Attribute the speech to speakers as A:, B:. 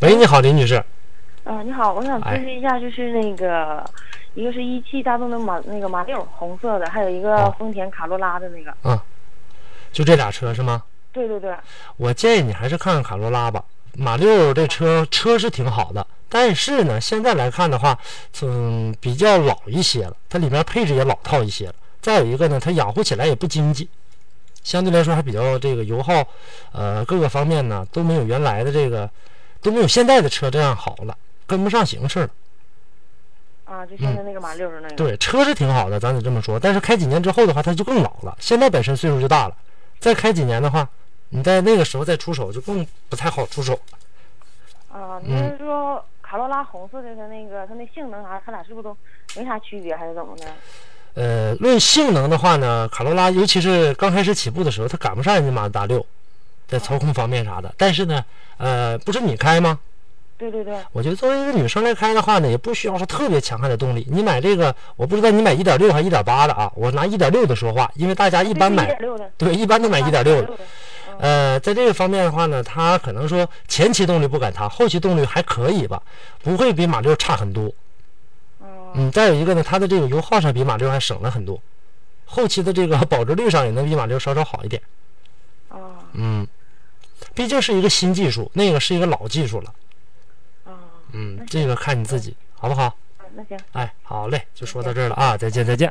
A: 喂，你好，林女士。
B: 嗯、你好，我想
A: 哎
B: 咨询一下，就是那个，一个是一汽大众的马那个马六，红色的，还有一个
A: 哦
B: 丰田卡罗拉的那个。
A: 就这俩车是吗？
B: 对对对，
A: 我建议你还是看看卡罗拉吧。马六这车车是挺好的，但是呢，现在来看的话，嗯，比较老一些了，它里面配置也老套一些了。再有一个呢，它养护起来也不经济，相对来说还比较这个油耗，呃，各个方面呢都没有原来的这个都没有现在的车这样好了，跟不上形势了。
B: 啊，就现在那个马六的那个。
A: 嗯对，车是挺好的，咱得这么说。但是开几年之后的话，它就更老了。现在本身岁数就大了，再开几年的话，你在那个时候再出手就更不太好出手了。
B: 啊，
A: 嗯
B: 你是说卡罗拉红色的它那个它那性能啥，它俩是不是都没啥区别，还是怎么的？
A: 呃，论性能的话呢，卡罗拉尤其是刚开始起步的时候，它赶不上人家马自达六，在操控方面啥的。但是呢，呃，不是你开吗？
B: 对对对，
A: 我觉得作为一个女生来开的话呢，也不需要说特别强悍的动力。你买这个，我不知道你买一点六还一点八的啊，我拿一点六的说话，因为大家一
B: 一
A: 般
B: 一
A: 买
B: 点六的，
A: 对一般都买一点六的。
B: 的。
A: 呃，在这个方面的话呢，它可能说前期动力不赶它，后期动力还可以吧，不会比马六差很多。
B: 嗯
A: 嗯，再有一个呢，它的这个油耗上比马六还省了很多，后期的这个保值率上也能比马六稍稍好一点。
B: 啊
A: 嗯，毕竟是一个新技术，那个是一个老技术了。嗯
B: 啊，
A: 嗯，这个看你自己好不好？
B: 那行。
A: 哎，好嘞，就说到这儿了啊，再见，再见。